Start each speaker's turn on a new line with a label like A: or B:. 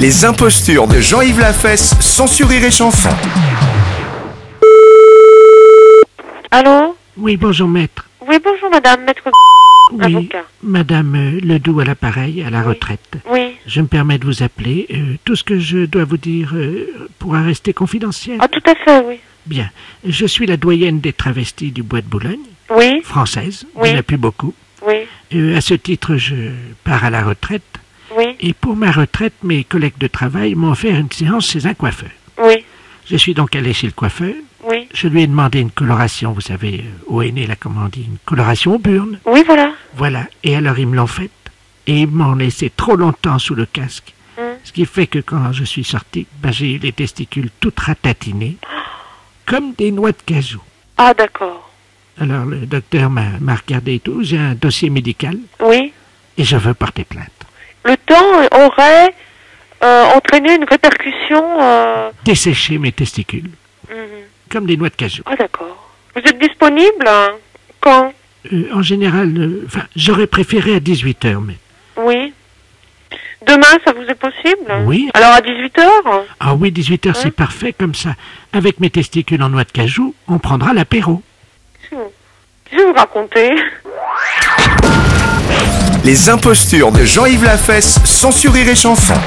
A: Les impostures de Jean-Yves Lafesse, censuré et chanson.
B: Allô
C: Oui, bonjour maître.
B: Oui, bonjour madame, maître
C: Oui,
B: avocat.
C: Madame euh, Ledoux à l'appareil, à la retraite.
B: Oui.
C: Je me permets de vous appeler. Euh, tout ce que je dois vous dire euh, pourra rester confidentiel.
B: Ah, tout à fait, oui.
C: Bien. Je suis la doyenne des travestis du Bois de Boulogne,
B: Oui,
C: française.
B: Oui.
C: Il n'y en a plus beaucoup.
B: oui,
C: Euh, à ce titre, je pars à la retraite.
B: oui,
C: Et pour ma retraite, mes collègues de travail m'ont offert une séance chez un coiffeur.
B: oui,
C: Je suis donc allé chez le coiffeur.
B: oui.
C: Je lui ai demandé une coloration, vous savez, euh, au aîné, là, comment on dit, une coloration au burne.
B: Oui, voilà.
C: Voilà, et alors ils me l'ont faite, et ils m'ont laissé trop longtemps sous le casque,
B: Mm.
C: ce qui fait que quand je suis sorti, ben, j'ai eu les testicules toutes ratatinées, comme des noix de cajou.
B: Ah, d'accord.
C: Alors le docteur m'a m'a regardé et tout, j'ai un dossier médical,
B: Oui.
C: et je veux porter plainte.
B: Le temps aurait euh, entraîné une répercussion. euh,
C: Dessécher mes testicules,
B: mhm.
C: comme des noix de cajou.
B: Ah, d'accord. Vous êtes disponible hein, quand
C: Euh, en général, euh, enfin, j'aurais préféré à 18h, mais...
B: Oui. Demain, ça vous est possible
C: Oui.
B: Alors à 18h
C: Ah oui, 18h, c'est parfait, comme ça. Avec mes testicules en noix de cajou, on prendra l'apéro.
B: Je vais vous raconter.
A: Les impostures de Jean-Yves Lafesse, censuré et chanson.